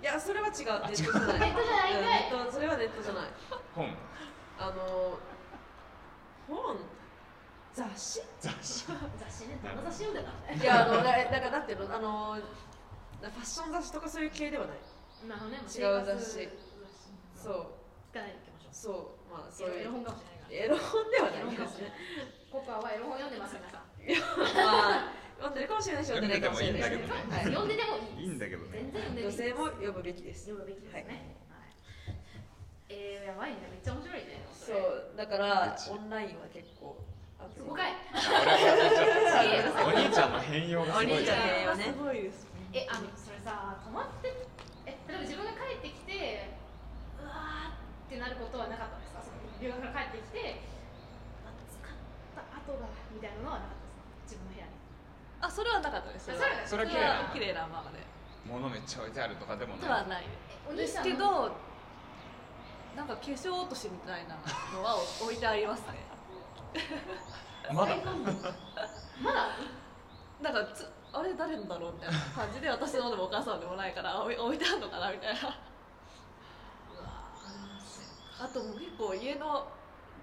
Speaker 6: やそれは違うネットじゃない
Speaker 2: ネットじゃないんかい
Speaker 6: うんネットそれはネットじゃない
Speaker 3: 本
Speaker 6: あの本雑誌
Speaker 3: 雑誌
Speaker 2: 雑誌ね、どんな雑誌読んでたのね。
Speaker 6: いやあのななんかなんていうのあのファッション雑誌とかそういう系ではない
Speaker 2: まあね、も
Speaker 6: 違う雑誌
Speaker 2: 生活
Speaker 6: そう
Speaker 2: つかないでいきまし
Speaker 6: そ
Speaker 2: ょう。
Speaker 6: うまあそうい
Speaker 2: エ
Speaker 6: う
Speaker 2: ロ本かもしれないから。
Speaker 6: エロ本ではない
Speaker 2: エロ
Speaker 6: で
Speaker 2: 本か
Speaker 6: す
Speaker 2: もし
Speaker 6: ね
Speaker 2: れない。コパはエロ本読んでます。
Speaker 3: 読んでてもいいんだけどね
Speaker 2: はい読んででもいい
Speaker 3: いいんだけどね
Speaker 2: 全然読んで
Speaker 6: 女
Speaker 2: でい
Speaker 6: 性
Speaker 2: い
Speaker 6: も呼ぶべきです
Speaker 2: 読むべきですね、
Speaker 6: は
Speaker 2: はいいえー、やばいねめっちゃ面白いね
Speaker 6: そ
Speaker 2: れ
Speaker 6: うだからオンラインは結構熱い
Speaker 2: 5回
Speaker 3: お兄ちゃんの変容がす
Speaker 5: お
Speaker 3: ごい
Speaker 5: 兄ち
Speaker 3: じ
Speaker 5: ゃ
Speaker 3: ゃ
Speaker 5: ん
Speaker 3: ん
Speaker 5: の栄養ね
Speaker 4: れはすごいです
Speaker 2: えあのそれさ泊まってえ例えば自分が帰ってきてうわーってなることはなかったんですかその留学から帰ってきてあ使った後がみたいなのはなかったですか自分の部屋に
Speaker 4: あそれはなかったです
Speaker 2: あ
Speaker 3: それは綺
Speaker 4: それ
Speaker 3: 麗
Speaker 4: は
Speaker 3: な
Speaker 4: 綺麗なままで
Speaker 3: 物めっちゃ置いてあるとかでも
Speaker 4: で
Speaker 3: な
Speaker 4: はいない
Speaker 2: えお兄
Speaker 4: で
Speaker 2: さ
Speaker 4: す
Speaker 2: ん
Speaker 4: け
Speaker 2: の
Speaker 4: どなんか化粧落としみたいなのは置いてありますね
Speaker 3: まだ
Speaker 2: まだ
Speaker 4: なんかつあれ誰のだろうみたいな感じで私のでもお母さんでもないから置い置いてあるのかなみたいなあともう結構家の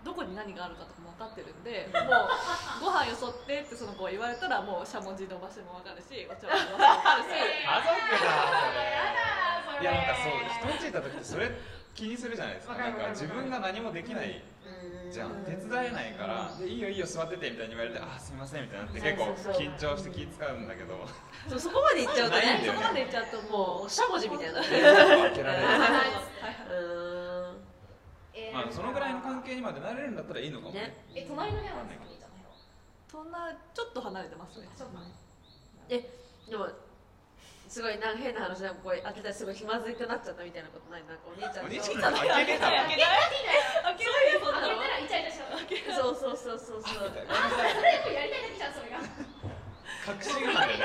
Speaker 4: どこに何があるかとかも分かってるんでもうご飯よそってってその子が言われたらもうしゃもじの場所も分かるしお茶碗の場所も分かるし
Speaker 3: あざ
Speaker 2: あーそれ
Speaker 3: くだいやなんかそう人んちいた時ってそれ気にするじゃないですか
Speaker 2: わかるわ
Speaker 3: なん
Speaker 2: か
Speaker 3: か
Speaker 2: る
Speaker 3: 自分が何もできないじゃん手伝えないからでいいよいいよ座っててみたいに言われてあすみませんみたいになって結構緊張して気使うんだけど
Speaker 5: そうそこまでいっちゃうと
Speaker 3: ないんだ
Speaker 5: ね
Speaker 3: よ
Speaker 4: そこまで行っちゃうともう
Speaker 5: しゃもじみたいなう
Speaker 3: 開けられない
Speaker 5: ーん
Speaker 2: えー
Speaker 3: まあそのぐらいの関係にまでなれるんだったらいいのかもね
Speaker 5: ね
Speaker 2: え隣の部屋なんですかお兄ちゃんの部屋は
Speaker 4: そんなちょっと離れてますね
Speaker 2: そうか
Speaker 5: でもすごいなんか変な話でもこれ開けたらすごい気まずくなっちゃったみたいなことないなんかお兄ちゃんと
Speaker 3: お兄ちゃんの開けてたの
Speaker 4: 開けない開けないよそんな
Speaker 2: 開け
Speaker 4: の
Speaker 2: たらイチャイチャしちゃ
Speaker 5: そう
Speaker 2: う
Speaker 5: そうそうそうそう
Speaker 2: それもやりたいだけじゃんそれが
Speaker 3: 隠しがあるね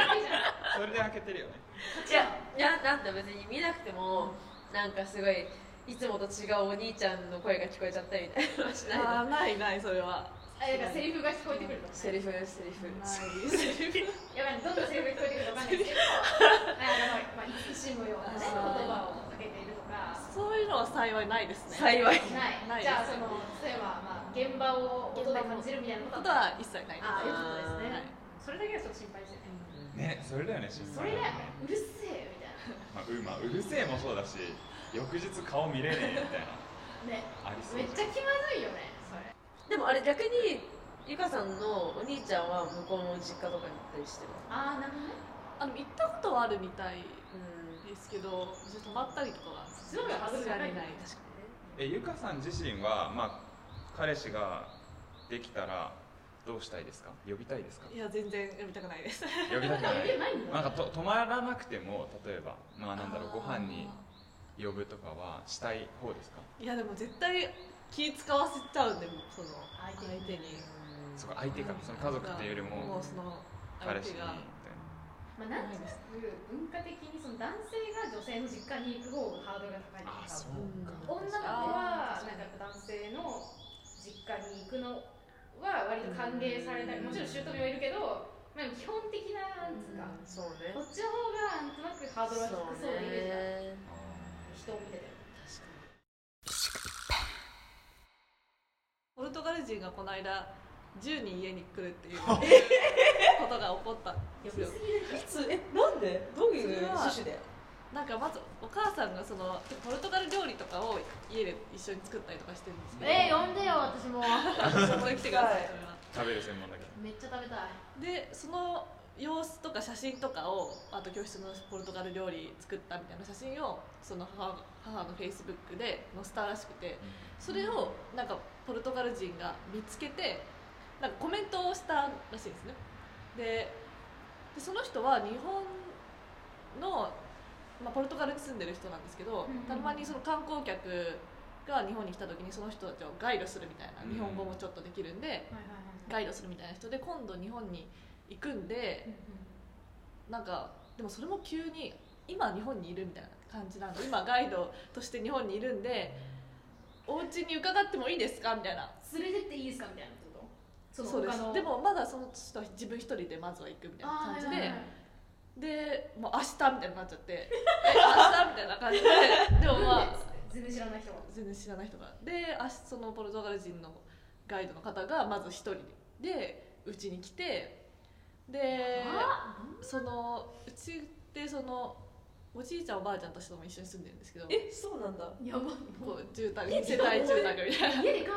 Speaker 3: それで開けてるよね
Speaker 5: いやいやなんだ別に見なくてもなんかすごいいつもと違うお兄ちゃんの声が聞こえちゃったみたいなのはしないの
Speaker 4: あーないないそれは
Speaker 2: あだからセリフが聞こえてくるとか
Speaker 5: セリフセリフ
Speaker 4: ない
Speaker 2: やばいどんなセリフが聞こえてくるかわかんないですけどあのまあ一心無用なね言葉をかけているとか
Speaker 4: そういうのは幸いないですね
Speaker 5: 幸い
Speaker 2: ない
Speaker 4: ない
Speaker 2: じ
Speaker 4: です
Speaker 2: ゃあその例えばまあ現場を音で感じるみたいなこ
Speaker 4: ことと
Speaker 2: は
Speaker 4: は一切ない
Speaker 2: ああよかったですね、
Speaker 4: はい
Speaker 2: それだけはちょっと心配ですよね
Speaker 3: ねそれだよね心
Speaker 2: そ
Speaker 3: 配
Speaker 2: れ
Speaker 3: だ
Speaker 2: で
Speaker 3: よね
Speaker 2: うるせえみたいな
Speaker 3: まあうまあうるせえもそうだし翌日顔見れねえみたいな
Speaker 2: ね
Speaker 3: ありそう
Speaker 2: めっ
Speaker 3: じゃん
Speaker 2: ちゃ気まずいよねそれ
Speaker 5: でもあれ逆にゆかさんのお兄ちゃんは向こうの実家とかに行ったりしてる
Speaker 2: ああなるほどね
Speaker 4: あの行ったことはあるみたい
Speaker 5: うん
Speaker 4: ですけど別に泊まったりとかは
Speaker 2: すごいはずがない
Speaker 4: ない
Speaker 3: えゆかさん自身は、まあ、彼氏ができたらどうしたいですか呼びたいですか
Speaker 4: いや全然読みたくないです
Speaker 3: 呼びたくな
Speaker 2: え
Speaker 3: い
Speaker 2: ないんだ
Speaker 3: なんかと泊まらなくても例えばまあなんだろう
Speaker 4: あー
Speaker 3: ご飯に呼ぶとかはしたい方ですか
Speaker 4: いやでも絶対気使わせちゃうんでその
Speaker 2: 相手
Speaker 4: 相
Speaker 2: に
Speaker 4: 手に
Speaker 3: そこ相手がその家族っていうよりも
Speaker 4: もうその相
Speaker 3: 彼氏
Speaker 4: 手
Speaker 3: に
Speaker 2: まあ、
Speaker 3: みたい
Speaker 4: が
Speaker 2: なんとなく文化的にその男性が女性の実家に行く方がハードルが高い
Speaker 3: なあーそう
Speaker 2: というか
Speaker 4: うん
Speaker 2: 女の子はなんか男性の実家に行くのは割と歓迎されたりもちろん姑はいるけど、まあ、基本的ななんつうか
Speaker 5: そうね
Speaker 2: こっちの方がなんとなくハードルが低そうなイ
Speaker 5: ね
Speaker 2: メージが人を見てて
Speaker 4: ポルトガル人がこの間10人家に来るって いうことが起こったんですよ
Speaker 6: いつえなんでどう
Speaker 4: それは
Speaker 6: で
Speaker 4: なんかまずお母さんがそのポルトガル料理とかを家で一緒に作ったりとかしてるんですけ ど、
Speaker 2: えー、呼んでよ私も
Speaker 4: そこに来てくださいそれは
Speaker 3: 食べる専門だけ
Speaker 2: めっちゃ食べたい
Speaker 4: でその様子とか写真とかをあと教室のポルトガル料理作ったみたいな写真をその母母のフェイスブックで載せたらしくて
Speaker 3: ど
Speaker 4: それをなんかポルトガル人が見つけてなんかコメントをしたらしいんですねででその人は日本の、まあ、ポルトガルに住んでる人なんですけど、
Speaker 2: うんうん
Speaker 4: たまにその観光客が日本に来た時にその人たちをガイドするみたいな、
Speaker 3: うん
Speaker 4: 日本語もちょっとできるんで
Speaker 2: はいはい
Speaker 4: ガイドするみたいな人で今度日本に行くんでなんかでもそれも急に今日本にいるみたいな感じなんで今ガイドとして日本にいるんでお家に伺ってもいいですかみたいな
Speaker 2: 連れてっていいですかみたいなことその
Speaker 4: そうで
Speaker 2: 他の
Speaker 4: すでもまだその人は自分一人でまずは行くみたいな
Speaker 2: あ
Speaker 4: 感
Speaker 2: ー
Speaker 4: じ
Speaker 2: は
Speaker 4: で、
Speaker 2: いはいはい
Speaker 4: でもう明日みたいになっちゃってえ明日みたいな感じででも まあ
Speaker 2: 全然知らない人が
Speaker 4: 全然知らない人がで明日そのポルトガル人のガイドの方がまず一人でうちに来てで
Speaker 2: あ
Speaker 4: そのうちってそのおじいちゃんおばあちゃんたちとも一緒に住んでるんですけど
Speaker 6: えそうなんだ
Speaker 2: やばい
Speaker 4: こう住宅世帯住宅みたいな
Speaker 2: 家でか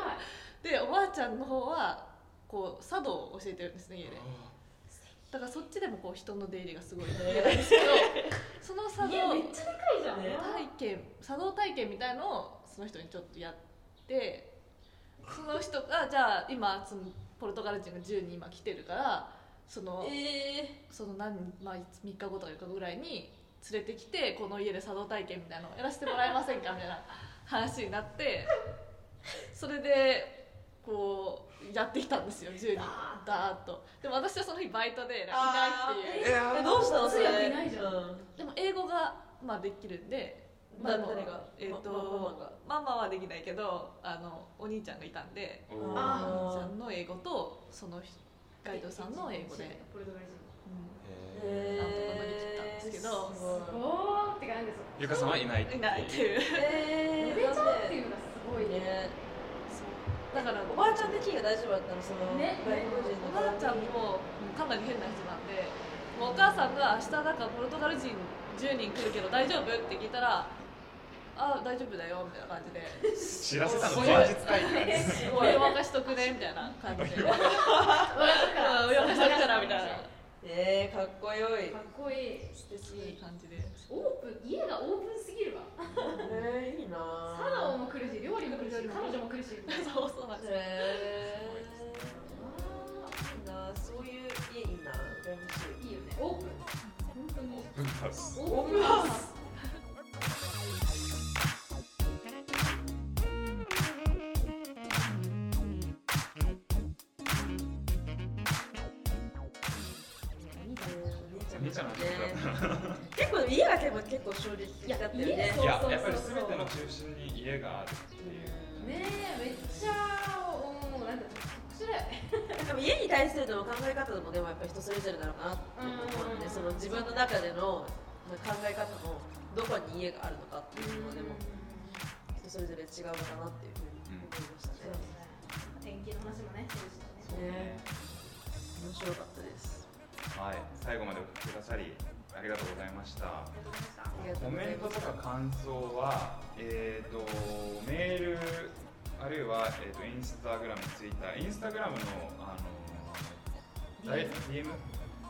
Speaker 2: い
Speaker 4: でおばあちゃんの方はこう茶道を教えてるんですね家でだからそっちでもこう人の出入りがすごい嫌な んですけどその茶
Speaker 2: いやめっ
Speaker 4: 道
Speaker 2: ちゃでかいじゃん、
Speaker 6: ね
Speaker 4: 体験茶道体験みたいのをその人にちょっとやってその人がじゃあ今そのポルトガル人が10人今来てるからその
Speaker 2: え
Speaker 4: その何、まあ、3日後とか4日後ぐらいに連れてきてこの家で茶道体験みたいなのをやらせてもらえませんかみたいな話になってそれでこうやってきたんですよ10人ダーッとでも私はその日バイトでいないっていう
Speaker 6: えーどうしたのそれ
Speaker 2: 強くいないじゃん
Speaker 6: うん
Speaker 4: でも英語がまあできるんで
Speaker 6: ま
Speaker 4: でも
Speaker 6: 誰が
Speaker 4: えーと
Speaker 6: まママが
Speaker 4: ママはできないけどあのお兄ちゃんがいたんで
Speaker 3: おー
Speaker 4: お
Speaker 6: あ
Speaker 4: 兄ちゃんの英語とそのガイドさんの英語で、
Speaker 2: ポルトガル人
Speaker 3: へ
Speaker 6: へー
Speaker 4: なんとか乗り切ったんですけど
Speaker 6: すごい
Speaker 2: おーって感じです
Speaker 3: ーゆかさんはいないって
Speaker 4: いうないっていう
Speaker 6: え
Speaker 2: 売れちゃうっていうのがすごいね
Speaker 6: ね
Speaker 4: だから
Speaker 6: おばあちゃん的には大丈夫だったのその外
Speaker 2: ね
Speaker 6: 国人
Speaker 4: お
Speaker 6: の
Speaker 4: ばあちゃんもかなり変な人なんでもうお母さんが明日なんかポルトガル人10人来るけど大丈夫って聞いたら「あ大丈夫だよ」みたいな感じ で
Speaker 3: 知らせたの前日会議
Speaker 4: 「電話がしとくね」みたいな感 じで「うん電話しとくから」みたい な
Speaker 6: えー、かっこよい
Speaker 2: かっこいい
Speaker 4: そういう感じで
Speaker 2: オープン家がオープンすぎるわ
Speaker 6: えー、いいな
Speaker 2: サロンも来るし料理も来るし彼女も来るし
Speaker 4: そうそうなんですよ
Speaker 6: へーいいなそういう家いいな羨ましい
Speaker 2: いいよねオープン本当に
Speaker 3: うんハウス
Speaker 2: オープンハウス
Speaker 3: 兄ちゃんの曲だった
Speaker 6: 結構家が結構結構衝撃的だったよ
Speaker 2: いや
Speaker 6: ね
Speaker 2: 家そ
Speaker 3: い
Speaker 2: うそうそうそ
Speaker 3: や
Speaker 2: う
Speaker 3: やっぱり全ての中心に家があるっていう
Speaker 2: ねえめっちゃおーなんか特殊だよね
Speaker 6: でも家に対するのも考え方でもでもやっぱ人それぞれだろうなって思うんで
Speaker 2: うん
Speaker 6: その自分の中での考え方もどこに家があるのかっていうのはでも人それぞれ違うのかなっていうふうに思いましたね、
Speaker 2: 天気の話もねしてるしね
Speaker 3: そ
Speaker 6: 面白
Speaker 3: うね
Speaker 6: かったです
Speaker 3: はい最後までお聞きくださりありがとうございました
Speaker 2: ありがとうございま
Speaker 6: ありがとうござい
Speaker 2: した
Speaker 3: コメント
Speaker 6: ま
Speaker 3: と
Speaker 6: す
Speaker 3: か感想は、えー、とメールあるいは、えー、とインスタグラム、ツイッター、インスタグラムのあのダイ DM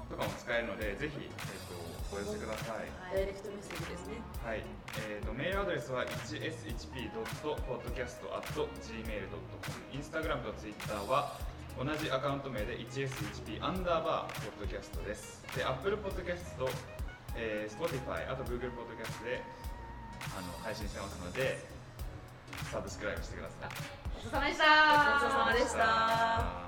Speaker 3: とかも使えるので、ぜひ、えー、とお寄せください。
Speaker 6: ダイレクトメッセージですね
Speaker 3: はい、えー、とメールアドレスは 1shp.podcast.gmail.com インスタグラムとツイッターは同じアカウント名で 1shp アンダーバー podcast ですで Apple Podcast と、えー Spotify あと Google Podcast であの配信してますのでサブスクライブしてください
Speaker 2: ごちそうさまでした
Speaker 6: ごちそうさまでした
Speaker 3: さよなら